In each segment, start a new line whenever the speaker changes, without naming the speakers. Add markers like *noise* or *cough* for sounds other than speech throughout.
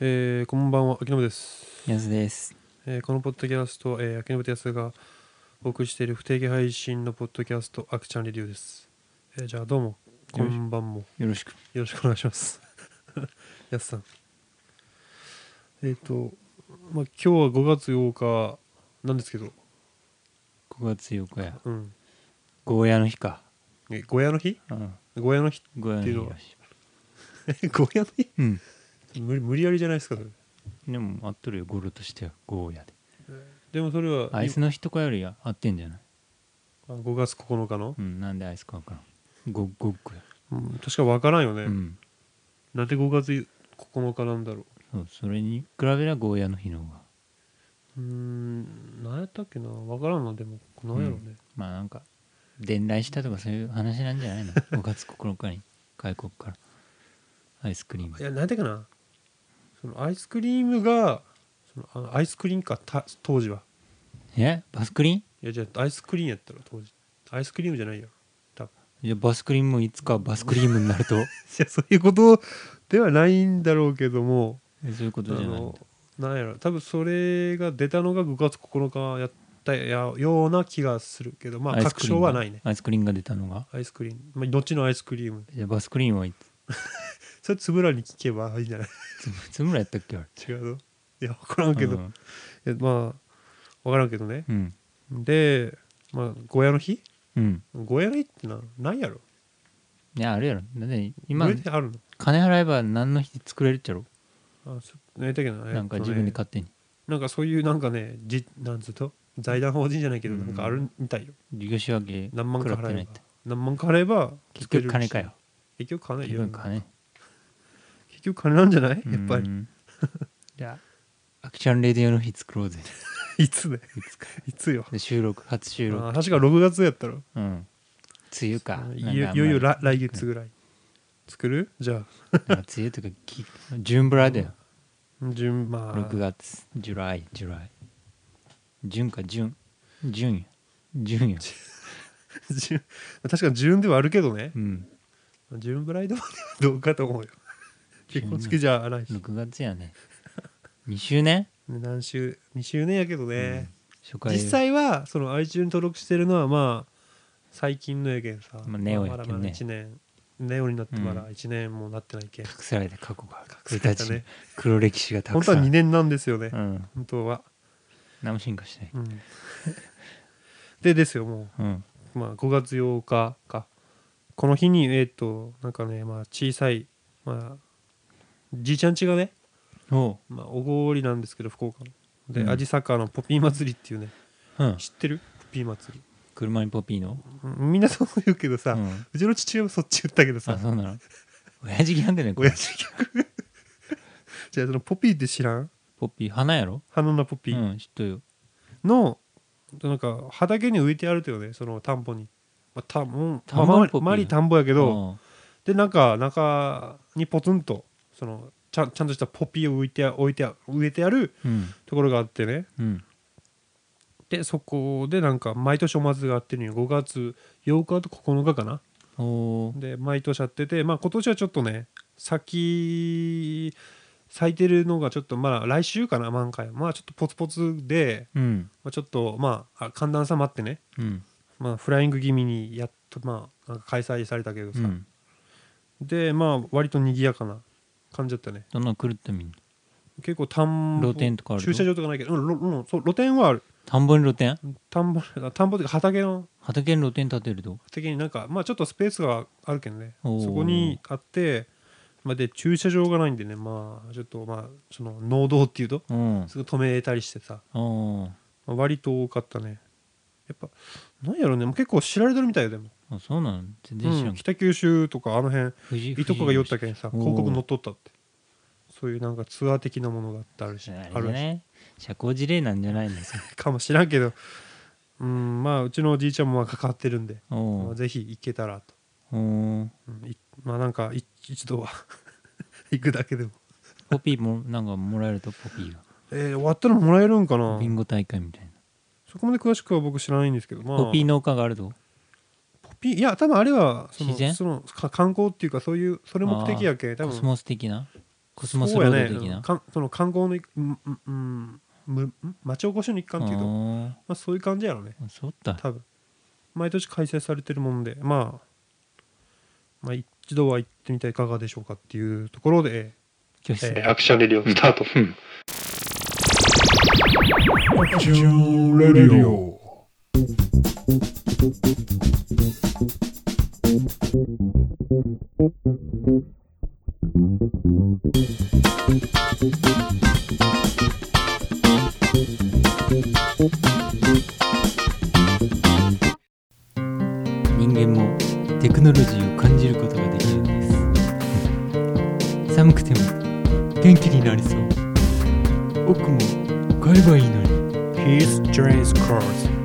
えーこんばんは、秋信です、
やすです。
えーこのポッドキャストは、えー、秋信とやすがお送りしている不定期配信のポッドキャスト、アクちゃんレディオです。えーじゃあどうも、こんばんも、
よろしく。
よろしくお願いします。 *laughs* やすさん。えっ、と、まあ、今日は5月8日なんですけど、
5月4日や。
うん。
ゴーヤの日か。
え小屋の日
うん。
小屋の *laughs* 日
ゴーヤの日らしい。
小屋の日
うん。
無理無理やりじゃないですか、それ。
でも合っとるよ、語呂としては。ゴーヤで。
でもそれは、
アイスの日とかより合ってんじゃない
あ5月9日の
う、ん。なんでアイスかわからん。ごごっこや。
うん、確か分からんよね。
うん。
なんで5月9日なんだろ
そう、それに比べればゴーヤの日の方が。
ううーん何やったっけな分からんなでも何やろうね、
まあなんか、伝来したとかそういう話なんじゃな
*laughs*
いの ?5 月9日に外国から。アイスクリーム
い。や何やったっけなそのアイスクリームがそのあアイスクリーンかた当時は
えバスクリーン
いやじゃあアイスクリーンやったら当時アイスクリームじゃないよ
じゃあバスクリーンもいつかバスクリームになると。
*laughs* いやそういうことではないんだろうけども
えそういうこ
あ
とじゃないんだ
のなんやろ多分それが出たのが5月9日やったやような気がするけどまあ
アイスク
確
リーン
証はないね
アイスクリーンが出たのが
アイスクリーン、まあ、後のアイスクリーム
じゃあバスクリーンはいつ
それつぶらに聞けばいいんじゃない *laughs*
つ *laughs* つむらやったっけあれ
違うのいや分からんけど、
うん
いやまあ分からんけどね
うん
でまあゴヤの日
うん
ゴヤの日ってなないやろ
いやあれやろだって今
上である
金払えば何の日作れるっちゃろ
のあそ何やったっけな
なんか
えっと
自
ね
分で勝手に
なんかそういうなんかねじなんつうと財団法人じゃないけど
うん
なんかあるみたいよ、
事業仕分け
何万か
食
払え
らって
ば
ないって
何万か払えば
結
作れる
局金かよ
結局金
結
よ
局金
結局金なんじゃないやっぱ
う
り
んじゃあアキちゃんレディオの日作ろうぜ
*laughs* いつねいつよ
で
*laughs*
収録初収録
あ確か6月やったろ
うん梅雨か
い
なんかあんまり
よいよいよ来来月ぐらい作るじゃあ
なんか梅雨とかきジュンブラだよ
順まあ
6月ジュライジュライジュンかジュンジュンやジュンや
*laughs* 順確かに順ではあるけどね
うん
順ブライドまではどうかと思うよ結婚式じゃないし
6月やね2周年
何週2周年やけどね、
初回
実際はその iTunes 登録してるのはまあ最近のやけんさ、
まあネオや
ま
けんね
だまだ1年ネオになってまだ
う
1年もなってないけん、
隠された過去が
隠されたね
俺ち黒歴史がた
本
く
当
さん
は2年なんですよね、
うん
本当は、
何も進化してない
うんでですよも
うん
う、まあ、5月8日かこの日にえっ、となんかねまあ小さいまあじいちゃんちがね
お
まあ、おごりなんですけど福岡ので、
うん
アジサッカーのポピー祭りっていうね
う、うん、
知ってるポピー祭り
車にポピーの
うんみんなそう言うけど
う
さ、うんちの父親もそっち言ったけど
あ
さ
そうなの親父ギャンでねこれ
親父ギャグじゃあそのポピーって知らん
ポピー花やろ
花のポ
う
ピー
ん知っとるよ
の、なんか畑に植えてあるとよねその田んぼに、まあ、田んぼ、まあ
田んぼの
周り
ポピー
周り田んぼやけど、
うん
でなんか中にポツンとそのちゃんちゃんとしたポピーを置いてあ置いてあ植えてある
うん
ところがあってね
うん
でそこでなんか毎年お祭りがあってるのよ5月8日と9日かな
おー
で毎年やっててまあ今年はちょっとね先咲いてるのがちょっとまあ来週かな満開まあちょっとポツポツで、
うん
まあ、ちょっとまああ寒暖差もあってね、
うん
まあ、フライング気味にやっとまあなんか開催されたけど
う
さ、
ん
でまあ割と賑やかな感じだったね
どんなの狂ってみん
結構田んぼ
露店とかある
駐車場とかないけど、うんろうんそう露店はある
田んぼに露店
田んぼ田んぼというか畑の
畑に露店建てると
的になんかまあちょっとスペースがあるけどね
おー
そこにあって、まあ、で駐車場がないんでねまあちょっとまあその農道っていうと
うんあ
すぐ止めたりしてさ、
ー
まあ割と多かったねやっぱなんやろうねもう結構知られてるみたいよでも、
あそうなの全
う
然知ら
ん、
ん
北九州とかあの辺
藤
いとこが寄ったけんさ
おー
広告載っとったってそういうなんかツアー的なものがあってあるし
あれ
あ
じゃ
るし
ない社交辞令なんじゃないんですよ。
かもしらんけどうんまあうちのおじいちゃんもまあ関わってるんで、ま
お
あ、
う
ぜひ行けたらと。
おう
うんいまあなんかい一度は *laughs* 行くだけでも、
ポピーもなんかもらえるとポピーが。
えー終わったらもらえるんかな
ビンゴ大会みたい
そこまで詳しくは僕知らないんですけどま
な。
あ
ポピー農家があると。
ポピーいや多分あれはその
自然
そのか観光っていうかそういうそれ目的やけ多
コス
分
モス的な。コスモスロード的
そうや
な
ね、かんその観光のいうんうんうんむん町おこしの一環っていうとま
あ
あ、そういう感じやろね
ーそうだ
多分毎年開催されてるもので、まあ、まあ一度は行ってみてはいかがでしょうかっていうところで
教室、
え
アクションレディオスタート。
Action Radio.
人間もテクノロジーを感じることができるんです寒くても元気になりそう奥も買えばいいのに
His train's cars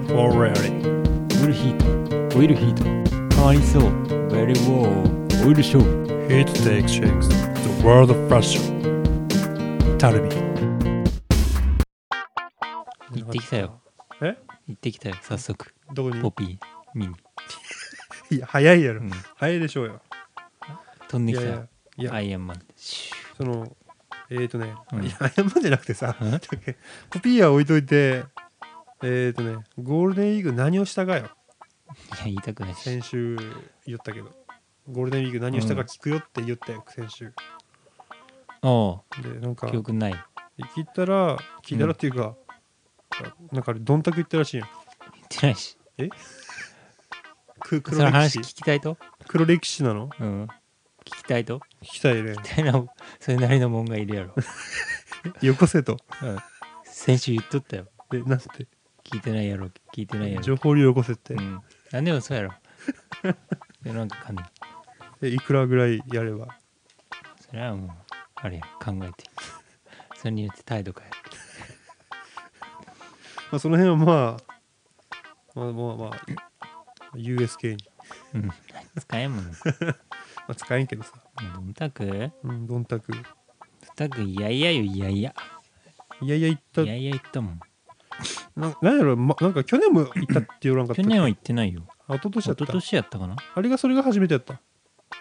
already.
オイルヒートオイルヒート変わりそうベリーウォーオイルショー
It takes shakes the world of fashion. Talby.
行ってきたよ
え
行ってきたよ早速
どこに
ポピー見に、
いや早いやろ、
うん、
早いでしょうよ
飛ん
い
でき
や
た
い
よ
やいや
アイアンマンシュ
そのえっ、ー、とね、
うん
いや謝んじゃなくてさ
え
コピーは置いといてえっ、ー、とねゴールデンウィーク何をしたかよ
ーいや言いたくないし
先週言ったけどゴールデンウィーク何をしたか聞くよって言ったよ、先週
おう
でなんか
記憶ない
聞いたら聞いたらっていうか、なんかあれどんたく言ったらしいやん
言ってないし
く
そ
黒
の
歴
話
史
聞きたいと
黒歴史なの
うん聞きたいと
聞きたいね
みたいなそれなりのもんがいるやろ、
よこせと
うん、先週言っとったよ
でなんて
聞いてないやろ聞いてないやろ
情報量よこせって、
うん何でもそうやろでなんかかんない
えいくらぐらいやれば
それはもうあれや考えてそれによって態度変える
まあ、その辺はまあ、まあまあまあ、USK に、
うん使えんもん
まあ、使えんけどさ、
どんたくど
う
ん
ん、どんたく。
たくいやいやよいやいや
いやいや、行った
い、やいや言ったもん
ななんやろ、ま、なんか去年も行ったって言わらんかった
去
っけ。
年は行ってないよ
あ一昨年
一
だった
昨。年やったかな
あれがそれが初めてやった。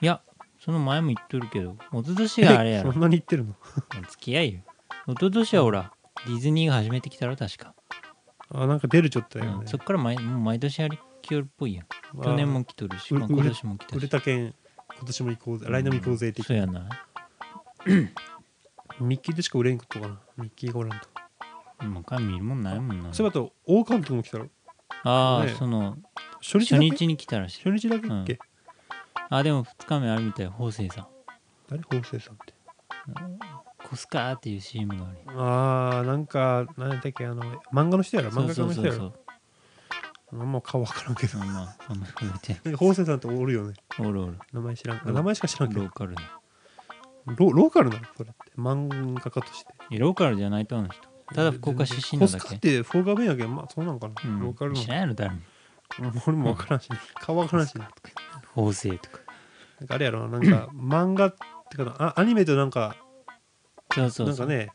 いやその前も言っとるけど一昨年があれや
*laughs*
ろ
そんなに行ってるの。
付き合いよ一昨年はほらディズニーが始めてきたら確か、
あ、なんか出るちょった
う
よ
ん
ね。
そっから毎もう毎年やりきよるっぽいやん
あー
去年も来とるし、
う
まあ、今年も来た
売れ
した
けん、今年も行こうぜ、来年も行こうぜって
そうやな
ミッキーでしか売れんことかな。ミッキーがおらんと。
もうか見るもんないもんな
そういえばあと、王監督も来たろ。
ああ、
ね
その
初日
初
だけ
日に来たらしい
初日だけっけ、
あでも2日目あるみたい法政さん
誰法政さんって。
コスカーっていう CM がある
あー、なんか、なんやったっけ、あの、漫画の人やろ、漫画家
そ
の
う
人
そう
や
そう
ろ
そ。う
あんま顔わからん *laughs* けど。
まあまああんまり覚えてない
なんか法政さんっておるよね。
おるおる
名前知らん。
うん
名前しか知らんけど。
ロ
ロ
ーカルな
ーローカルなのそれって。漫画家として。
いやローカルじゃないと思う人ただ福岡出身なだ
コスカっ
け
てフォーガーメンやけん、まあそうなんかな。
うん
ローカルな
知らんやろ誰も
の。俺もわからんし、顔わからんし。なん
法政とか
かあれやろ、なんか漫画ってかな、あアニメとなんか、
そうそう
なん
そ
か
う
ね、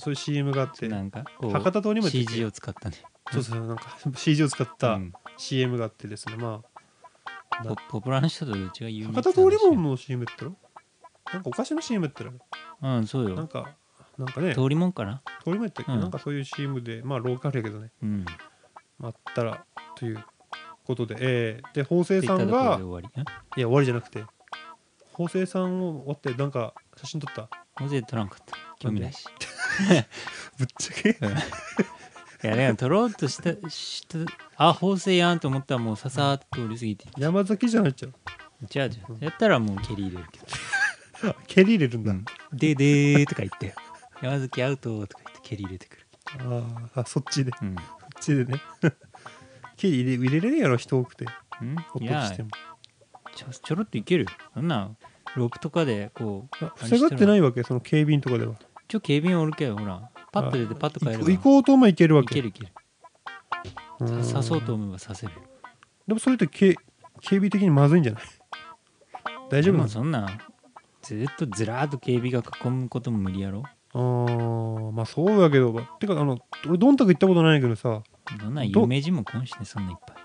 そういう CM があって、
なんかこ
博多通りもや
う
ったっけ
CG を使ったね
そうそう、なんか CG を使っ
う
た
ん
CM があってですね、ま
ポポプラの人とうちが言
あ、
う
博多通りもんの CM ってろなんかお菓子の CM ってろ
うんそう
なん
よ
か、なんかね、通
通りもんかな
りもんやったっけ、
うん
なんかそういう CM で、まあローカルやけどね。
うん
あったらということで、えーで法政
ツイッ
さん
ターとか
が
で
い
終わりん
や終わりじゃなくて法政さんを追ってなんか写真撮った
法政取らんかった興味ないし
ぶっちゃけ
いやでも取ろうとした *laughs* したあ法政やんと思ったらもうささーっと通り過ぎて
山崎じゃないっちゃう
じゃあじゃあやったらもう蹴り入れるけど
あ蹴り入れるんだ、
ででーとか言って山崎アウトとか言って蹴り入れてくる、
あーあそっちでそっ
うん
ちでね *laughs* 蹴り入れ入れれるやろ人多くてほっと
い
し
や
ても
ちょちょろっといけるよそんなロープとかでこう
あ防がってないいわけその警備員とかでは
ちょ警備員おるけどほらパッと出てパッと帰れば
行こうとも行けるわ
い
け
けるいける
うん
刺そうと思えば刺せる
でもそれって警警備的にまずいんじゃ
*laughs*
ない大丈夫な
でも
の
そんなずっとずらーっと警備が囲むことも無理やろ
あーまあそうやけどてかあの俺どんたく行ったことないけどさ
そんな
ど
有名人もこんしてそんないっぱい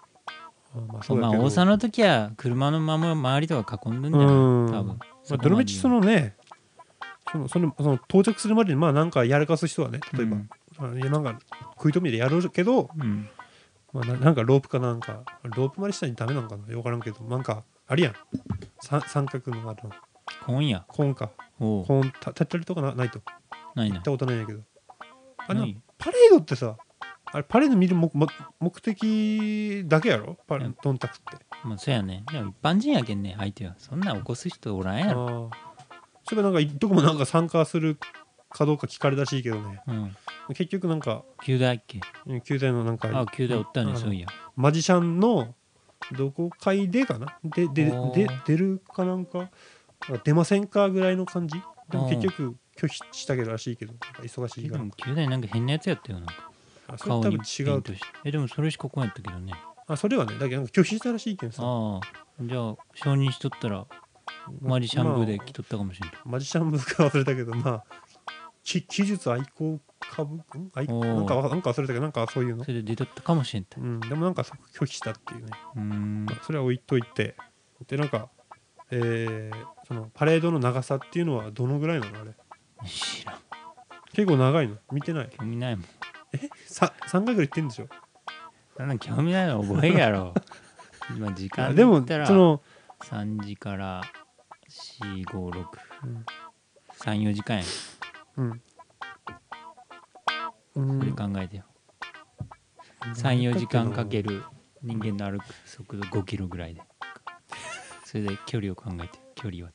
あまあ
まあ大阪の時は車のまま周りとか囲んでんじゃない
うん
多分
まあ、どのみちそのねでもそのその到着するまでにまあなんかやらかす人はね例えば、
うん
あのいやなんか食い止めでやるけど、
うん
まあ、ななんかロープかなんかロープまでしたにダメなのかなよくわからんけどなんかあるやんさ三角のあの
今夜
コーンか
おう
コーンた立ったりとかなないと行
ないな
ったことないんやけどあの
ない
パレードってさあれパレード見る目目目的だけやろパレ
うん
ドンタクって
まあそうやねでも一般人やけんね相手はそんな起こす人おらん
ああ
やろ
それがなんかいっとこもなんか参加するかどうか聞かれたらしいけどね
うん
結局なんか
球大っけ
うん球体のなんか
あ球大おった
う
ね
ん
そういや
マジシャンのどこかいでかなでで
あー
で出るかなんかあ出ませんかぐらいの感じでも
あー
結局拒否したけどらしいけどなんか忙しい
で
から
も球大なんか変なやつやったよなんか
あそれ
顔
多分
に
違
ペ
う
ン
と
としてえでもそれしかこんやったけどね
あそれはねだけどなんか拒否したらしいけどさ
ああじゃあ承認しとったら
ま
マジシャン部で
ま
来とったかもしれんと
あマジシャン部か忘れたけどまあき技術愛好家部ん愛
おー
なんかわなんか忘れたけどなんかそういうの
そ、れで出とったかもしれんと
うん、でもなんかそこ拒否したっていうね
うーん
まあそれは置いといてでなんかえーそのパレードの長さっていうのはどのぐらいなのあれ
知らん
結構長いの見てない
興味ないもん
さ3回ぐらい行ってんでしょ
そんなん興味ないの覚えんやろ
*laughs*
今時間
で
で言
も
ったら
その
3時から45634
うん、
4時間やんそ
うん、うん
れ考えてよ34時間かける人間の歩く速度5キロぐら
*laughs*
いでそれで距離を考えて距離は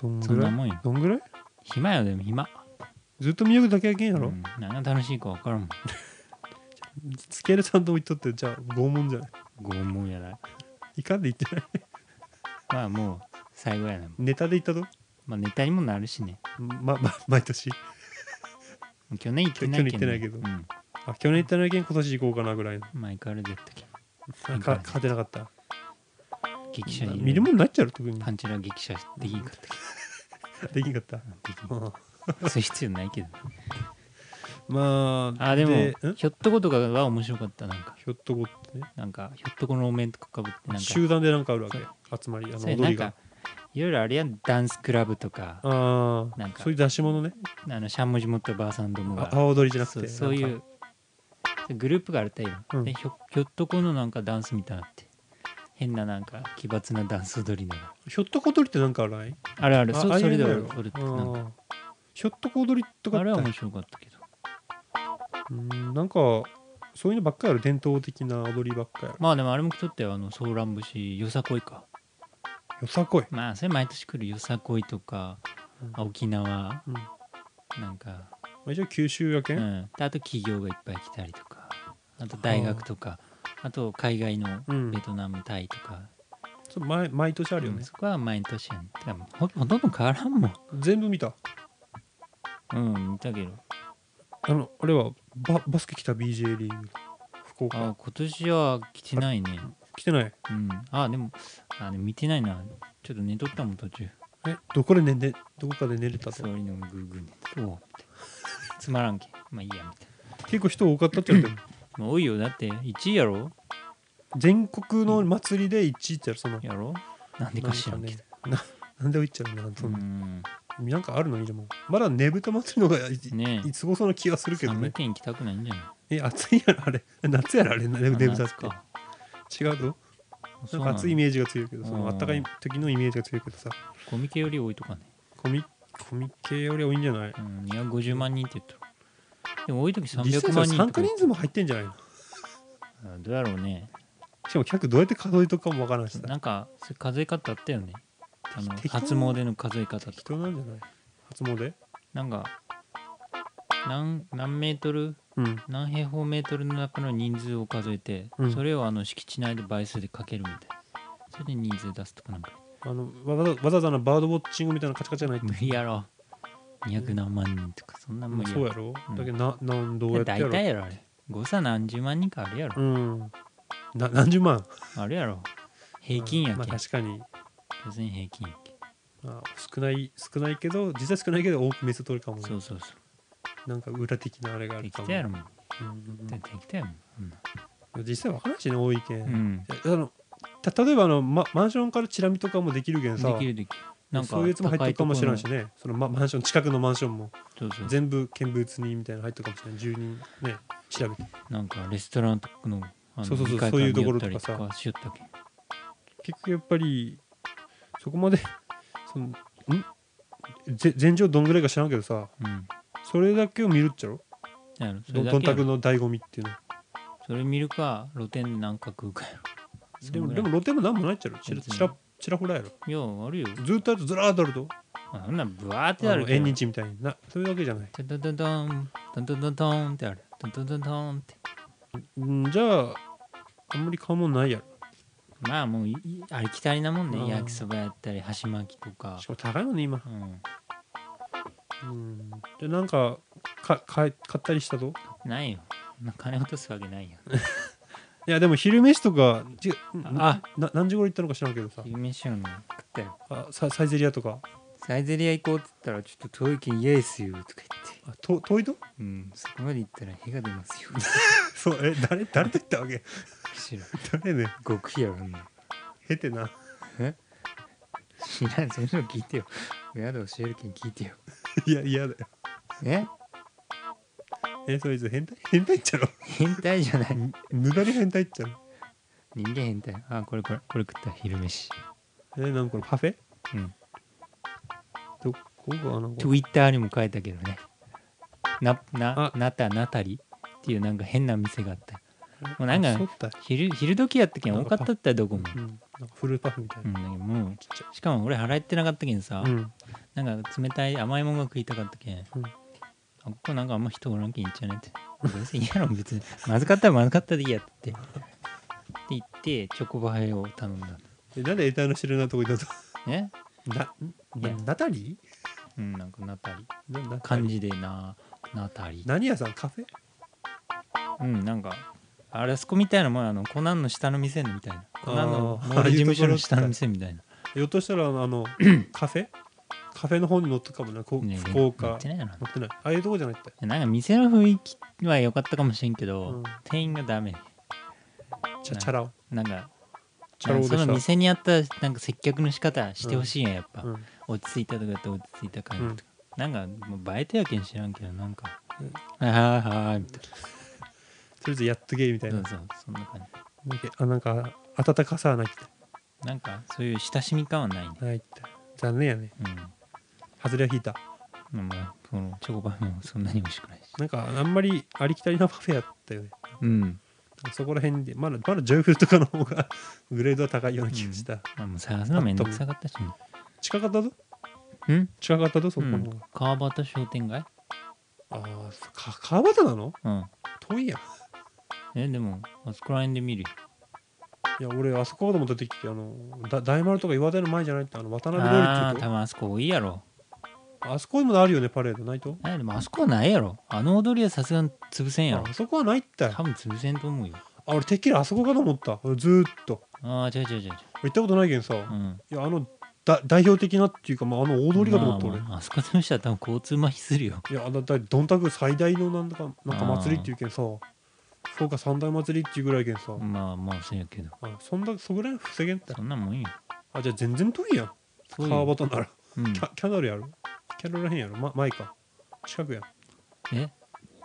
どん
そん
ぐら
ないもんよ
どんぐらい
暇よでも暇
ずっと見よるだけやけんやろ、
うん何が楽しいか分からんもん
つけるちゃんと置いとってじゃあ拷問じゃない
拷問やない
かんで言ってない
まあもう最後やな、
ネタで言ったと、
まあ、ネタにもなるしね
まま、毎年
もう去年行ってないけ
去
ど,、
年行って
うん、
あ去年行ったのやけん今年行こうかなぐらいの
前からだったけ
あか勝てなかった
ど激写に
見るもんなっちゃう特に
パンチラ激写できんかったけ
できんかった、
どできん
うん、 *laughs*
そういう必要ないけど
まあ
あでも
ん
ひょっとことかは面白かったなんか
ひょっとこってね
なんかひょっとこのお面とかかぶってなんか
集団でなんかあるわけ集まりあの
それ
踊
なん
りが
かいろいろあれやんダンスクラブとか
あー
なんか
そういう出し物ね
あのしゃんもじ持ったばあさんども
あ
が
青踊りじゃなくて
そうそうい
なんか
うグループがあるたいよ、
うん
でひょひょっとこのなんかダンスみたいなのあって変ななんか奇抜なダンス踊りなが
ひょっとこ踊りってなんかあるない
らあるある
あ
そ
ああ
う
い
そうれで
のや
俺
ろ
踊るってなん
あ
か
ーひょっとこ踊りとか
あ
っ
れ
て
は面白かったけど
うんなんかそういうのばっかやろ伝統的な踊りばっかやろ
まあでもあれも来とったよあのソーラン節よさこいか
よさこい、
まあそれ毎年来るよさこいとか
うん
あ沖縄
うんま
なんか
あ、一応九州やけ、
うんんであと企業がいっぱい来たりとかあと大学とかあと海外の
うん
ベトナムタイとか
そう毎毎年あるよ
うん
ね、
そこは毎年やんてかほほとんど変わらんもん
全部見た
うん見たけど
あのあれはババスケ来た BJ リーグ福岡
あ今年は来てないね
来てない
うんあでもあでも見てないなちょっと寝とったもん途中
えどこで寝てどこかで寝れた
座
と
りのグーグー寝ておおみたいなつまらんけまあいいやみたい
結構人多かったって言われてる
なまあ多いよだって1位やろ
全国の祭りで1位ってやるその
やろなんでか知らんけど
なんかねななん *laughs* で置いちゃうな
う
そんな、
ん
なんかあるのにでもまだねぶた祭りの方がい
ねえ
いすごそうな気がするけど
寒
ね
い県行きたくないんじゃない
え暑いやろあれ夏やろあれねぶた
あ
っ
夏か
て違うぞ
そ
な
うんな
か
の
暑いイメージが強いけどそ
うん
の暖かい時のイメージが強いけどさ
コミケより多いとかね
コミコミケより多いんじゃない
うん250万人って言ったらでも多い時
実
300
際
万
さ
人
参
とか
加人数も入ってんじゃないの
あどうやろうね
しかも客どうやって数えとくかもわからんしさ
なんかそれ数え方あったよねあの
適当
初詣の数え方とか
人なんじゃない初詣
なんか何何メートル
うん
何平方メートルの中の人数を数えて、
うん
それをあの敷地内で倍数でかけるみたいなそれで人数出すとかなんか
あのわざわざわざなバードウォッチングみたいなカチャカチャじゃない
無理やろ200何万人とかそんなもん
まあ
や
そうやろ
うん
だけどななんどうやってや
大
ろ
体やろあれ誤差何十万人かあるやろ、
うんな何十万
あるやろ平均や
まあ
け、
確かに
別に平均やけ
まあ少ない少ないけど実際少ないけど多くメス取るかもね
そうそうそ
なんか裏的なあれがあ
う
る
適
かも
当やろもん
うんうんうん
適当やもんそんな
実際わからんしね多いけん、
うん
えあのた例えばあの、ま、マンションからチラ見とかもできるけんさ
できるできるなんか
そういうつも入っ
高
て
い
る
と
か
こ
も
ろ
しれないしねそのママンション近くのマンションも
そうそう
全部見物にみたいなの入ってるかもしれない住人ね調べて
なんかレストランとかのあの
そうそうそう
二階
そういうところ
間に寄ったり
とか
とかしよったっけ
結局やっぱりそこまで *laughs* そのんぜ全長どんぐらいか知らんけどさ
うん
それだけを見るっちゃろ
あのそ
ど
れだ
どん
けや
た
ろ
くの醍醐味っていうのは
それ見るか露店で何か食うかや *laughs* そん
でも
ぐ
で
らい
も露店もなんもないっちゃろちら
別に
ちらちらほらやろ
ろいやあるよ
ずっとあとずらーっとあると
あんなんブワーってあ
あ
る
の
け
縁
ど
日みたいになそういうわけじゃない
トントントントントントントントンってあるトントントントンって
んじゃああんまり買うもんないやろ
まあもういいありきたりなもん
う
ね
ん
焼きそばやったり箸巻きとか
しかも高いもんね今
うん
うんでなんかか買い買ったりしたと
ないよそんな金落とすわけないよ
いやでも昼飯とかちな
あ
何時頃行ったのか知らんけどさ
夢しようの食ったよ
あササイゼリアとか
サイゼリア行こうって言ったらちょっと遠いけん嫌ですよとか言って
あと遠いと *laughs*
うんそこまで行ったら屁が出ますよ
そうえ誰誰と行ったわけ *laughs*
知らん
誰ね
極秘やろあんな
へてな *laughs*
知らんそういうの聞いてよ親で教えるけん聞いてよ
いや嫌だよ
え
えそいつ変態変態っちゃろ
変態じゃない
無駄に変態っちゃろ
人間変態あこれこれこれ食った昼飯
えなんかこれパフェ
うん
どこかなこれ
Twitter にも書いたけどねなな
あ
なたなたりっていうなんか変な店があったもうなんか
あそった
昼昼時やったけん多かったったよどこも
うんなんかフルーツパフェみたい
うん
な
だけどもうしかも俺払ってなかったけんさ、
うん
なんか冷たい甘いもんが食いたかったけん、あ
ん
ここなんかあんま人おらんけんいっちゃうねってどうせいいやろ別にまずかったらまずかったでいいやってって言ってチョコバイを頼んだ
えなんで得体の *laughs* 知れないとこ行った
ね
のなない
や
ナタリ
うんなんかなたり
ーなな
漢字でななたり
何屋さんカフェ
うんなんかあれあそこみたいなもんあのコナンの下の店みたいなコナンのモ
あー
ール事務所の下の店みたいな
ひょっとしたらあのあ
*clears throat*
のカフェカフェの方に乗ってたかもな、こう
ね
福
や
岡
ってないやろ
乗ってないああいうとこじゃないって、
なんか店の雰囲気は良かったかもしれんけど、
うん
店員がダメ
チャ
ね
チャラを
なんか
チャラ男でした
その店にあったなんか接客の仕方してほしいやんやっぱ、
うん
落ち着いたとかやって落ち着いた
う
感
ん
じとか、なんかもう映えてやけん知らんけどなんか、
うん
はいはいはいみたい
とりあえずやっとけみたい
な
な、
そうそうそんな感じ
あなんか温かさはないって
なんかそういう親しみ感はないね
ないって残念やね外れは引いた
うんまあそのチョコパフェもそんなに美味しくないし
なんかあんまりありきたりなパフェやったよね
うん、
なんかそこら辺でまだまだジョイフルとかの方が *laughs* グレードは高いような気がした、
まあ、もう探すのめんどくさかったしね
近かったぞ
うん
近かったぞそこの方
うん
が、
川端商店街
ああそか川端なの
うん
遠いやん
えでもあそこら辺で見るよ
いや俺あそこでも出てきてあのだ大丸とか岩手の前じゃないってあの渡辺通りってい
あ
う
あ
と
多分あそこ多いやろ
あそこにもあるよね、パレード、ないと。
えでもあそこはないやろあの踊りはさすがに潰せんやろ
あそこはないったよ。
多分潰せんと思うよ
あ俺、てっきりあそこかと思った。俺ずーっと。
ああ違う違う違う
俺
違う
行ったことないけんさ。
う
い
ん
や、あの、だ代表的なっていうか、まあ、あの大通りかと思った、
まあまあ、あそこ潰したら多分交通麻痺するよ
俺。いや、だだどんたく最大のなんだか、なんか祭りっていうけんさ。福岡三大祭りっていうぐらいけんさ。
まあまあそうやけど
あそんだ、そぐらい防げんって。
そんなもんよ
あ、じゃあ全然遠いやん。
そう
川
よ、
端なら。
うん
キ、ャキャナルやろ。キャナルらへんやろ。ま、前か。近くやん。
え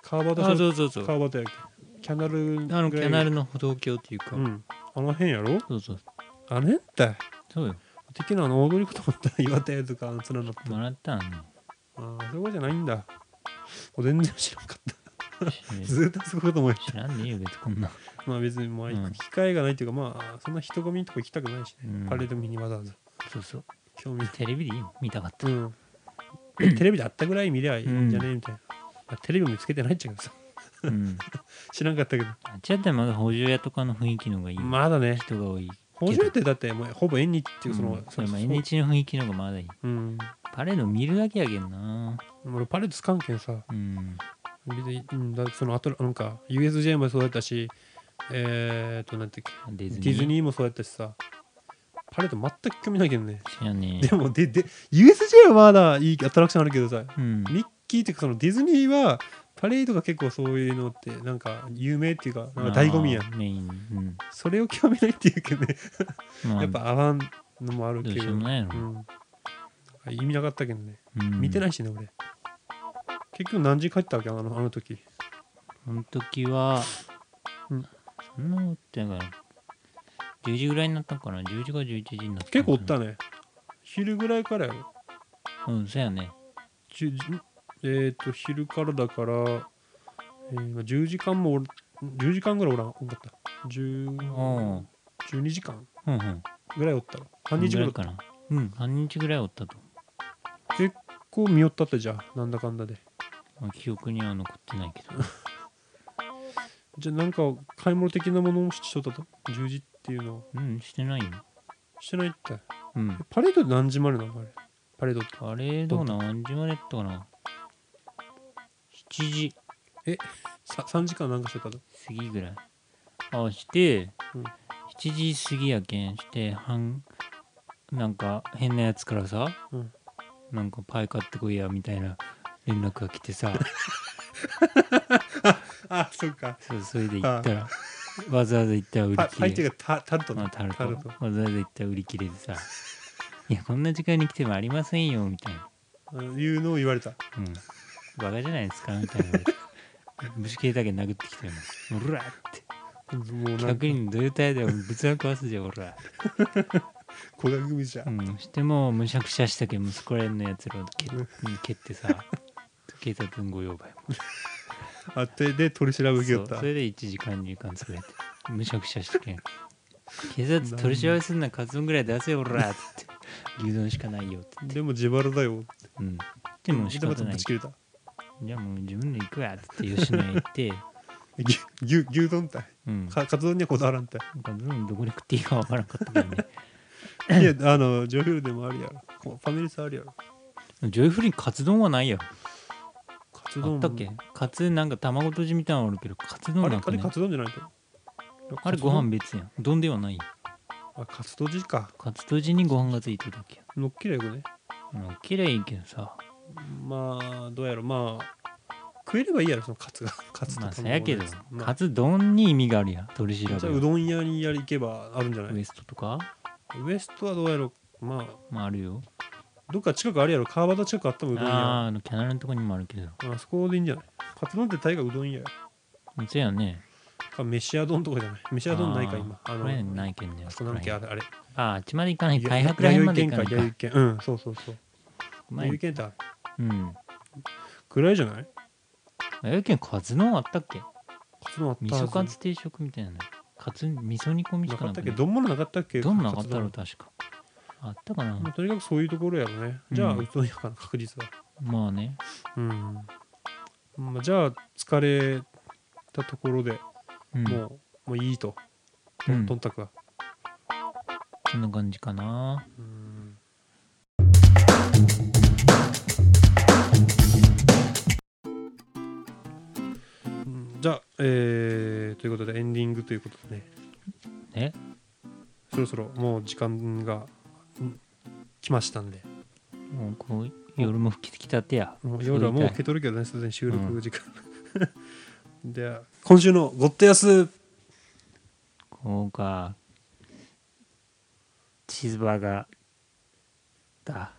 川端
あ
商
そうそうそうあ
川端やけん。キャナルぐらい
のキャナルの歩道橋っていうか、
うん。あの辺やろ
そうそう
あれって。
そうよ
てっきりあの大通りかと思ったら岩手とかあの綱だった、
もら
*laughs*
ったのに
ああそういうことじゃないんだもう全然知らんかった
知
ずーっとそういうこと思い
知らんねえよ別にこんな
まあ別にまあ
うん
行く機会がないっていうか、まあそんな人混みのとこ行きたくないしね、
うん
パレード見にわざわざ
そうそう
興味ない
テレビでいい見たかった
うんテレビであったぐらい見りゃいいんじゃねえみたいな、まあ、テレビもつけてないっちゃうけどさ
うん
知らんかったけど
あっちだったらまだ補助屋とかの雰囲気の方がいい、
まだね
人が多い
補助ってだってもうほぼ縁日っていうその、
うんそれ
そ
まあ
う
NH の雰囲気の方がまだいい
うん
パレード見るだけやけんな
俺パレードつかんけんさ
うん
別に、うん、だってそのあとなんか USJ もそうだったしえー、っとなんていうっけ
ディズニー
ディズニーもそうやったしさパレード全く興味ないけどね
知らねえ
でもでで USJ はまだいいアトラクションあるけどさ
うん
ミッキーっていうかそのディズニーはパレードが結構そういうのってなんか有名っていうかなんか醍醐味やん
まあメインうん
それを興味ないっていうけどね
まあ
やっぱ合わんのもある
どう
け
し
ど
ようもないや
う
ろ
ん意味なかったけどね
うん
見てないしね俺結局何時帰ったわけあのあの時
その時は、
うん
そんなおってないから10時ぐらいになったんかな10時か11時になったんかな
結構おったね昼ぐらいからやろ
うんそうやね
じゅじゅえっ、と昼からだから、えーまあ10時間もおる10時間ぐらいおらんおんかった
うん
10 12時間
うんうん
ぐらいおったら半日ぐらいおった
かなうん半日ぐらいおったと
結構見よったったじゃんなんだかんだで
まあ記憶には残ってないけど
じゃあなんか買い物的なものをしとったと10時っていうのを
うんしてないよ
してないって
うん
パレードって何時までなのあれパレードって
あれどうな何時までやったかな7時
さ3時間なんかしとったと
過ぎぐらいあして、
うん
7時過ぎやけんして半なんか変なやつからさ、
うん
なんかパイ買ってこいやみたいな連絡が来
*laughs*
てさ
あそうか
そうそれで行ったらわざわざ行ったら売り
パ
切
パイってい
れ
うかタタルト
ま
ね
あタルト
タルト
わざわざ行ったら売り切れてさいやこんな時間に来てもありませんよみたいな、
うんいうのを言われた
うん、バカじゃないですかみたい
*laughs*
なぶち切れたけど殴ってきたよもううらーって
もうなんか
100人どういう態度でぶつか壊すじゃんほら
小学組じゃん
うん、してもうむしゃくしゃしたけん息子らのやつらを蹴
うん
蹴ってさ警察にご用配
あってで取り調べ受けよ
そ
っ
う
た
それで1時間入間潰れてむしゃくしゃしたけん警察取り調べすんなカツ丼ぐらい出せよおらっつって牛丼しかないよって、
でも自腹だよ
うん、でも仕
でま
方
た
な
ぶ
い
ち切れた
じゃあもう自分で行くわっつって吉野家行
*laughs*
って、
牛牛牛丼って
うん、カ
かカツ丼にはこだわらんって
ツ丼どこで食っていいかわからんかったけどね
いやあのジョイフルでもあるやろこうファミレスあるやろ
ジョイフリーにカツ丼はないやろ
カツ
あ
丼
ったっけカツなんか卵とじみたいなのあるけどカツ
あ
丼
れ
なん
あ
か、
れ
ね、
カツ丼じゃないと
あれご飯別やん丼ではないよ
あカツ丼か
カツとじにご飯がついてるだけ
のっけりゃよくね
やもう綺麗いけどさ
まあどうやろまあ食えればいいやろそのカツが *laughs* カツと
まあ
卵
さやけど
のつまあ
カツ丼に意味があるやん取り調
じゃあ
べ
う
は
どん屋にやり行けばあるんじゃない
ウ
ウエ
エストとか
ストはどうやろまあ
まああるよ
どっか近くあるやろ川端近くあったもんうどん
あ
屋
ああのキャナルのとこにもあるけど
あそこでいいんじゃないカツ丼って大概うどん屋や
そうやね
か飯屋丼とかじゃない飯屋丼ないか
あー
今あ
こ
の
れないけんね
あそこなんけあれあれ
あああっちまで行かない開発らへんまで行かないか
弥生県か弥生県うんそうそうそう
うま
弥生
い
県ってある
うん
くらいじゃない
弥生県カツ丼あったっけ
カツ丼あった
味噌カツ定食みたいなのカツ味噌煮込みし
なか
か
っ
な
たっ
く
け
て
どんものなかったっけ
どんなかったろ
カツ丼
確かあったか
まあ
な
とにかくそういうところやろねじゃあ
うん
うどん屋かな確実は
まあね
うん、まあ、じゃあ疲れたところで
うん
もう、もういいと
う
と
ん
とんたくは
そんな感じかな
うんうんじゃあ、えーということでエンディングということでね
え
そろそろもう時間がうん来ましたんで
もうこう夜も吹きつきたてや。
もう夜はもう受
そう言いた
け
い
取るけどねすでに収
う
録時間、 *laughs* では今週の「ごってやす
こうか。チーズバーガーだ。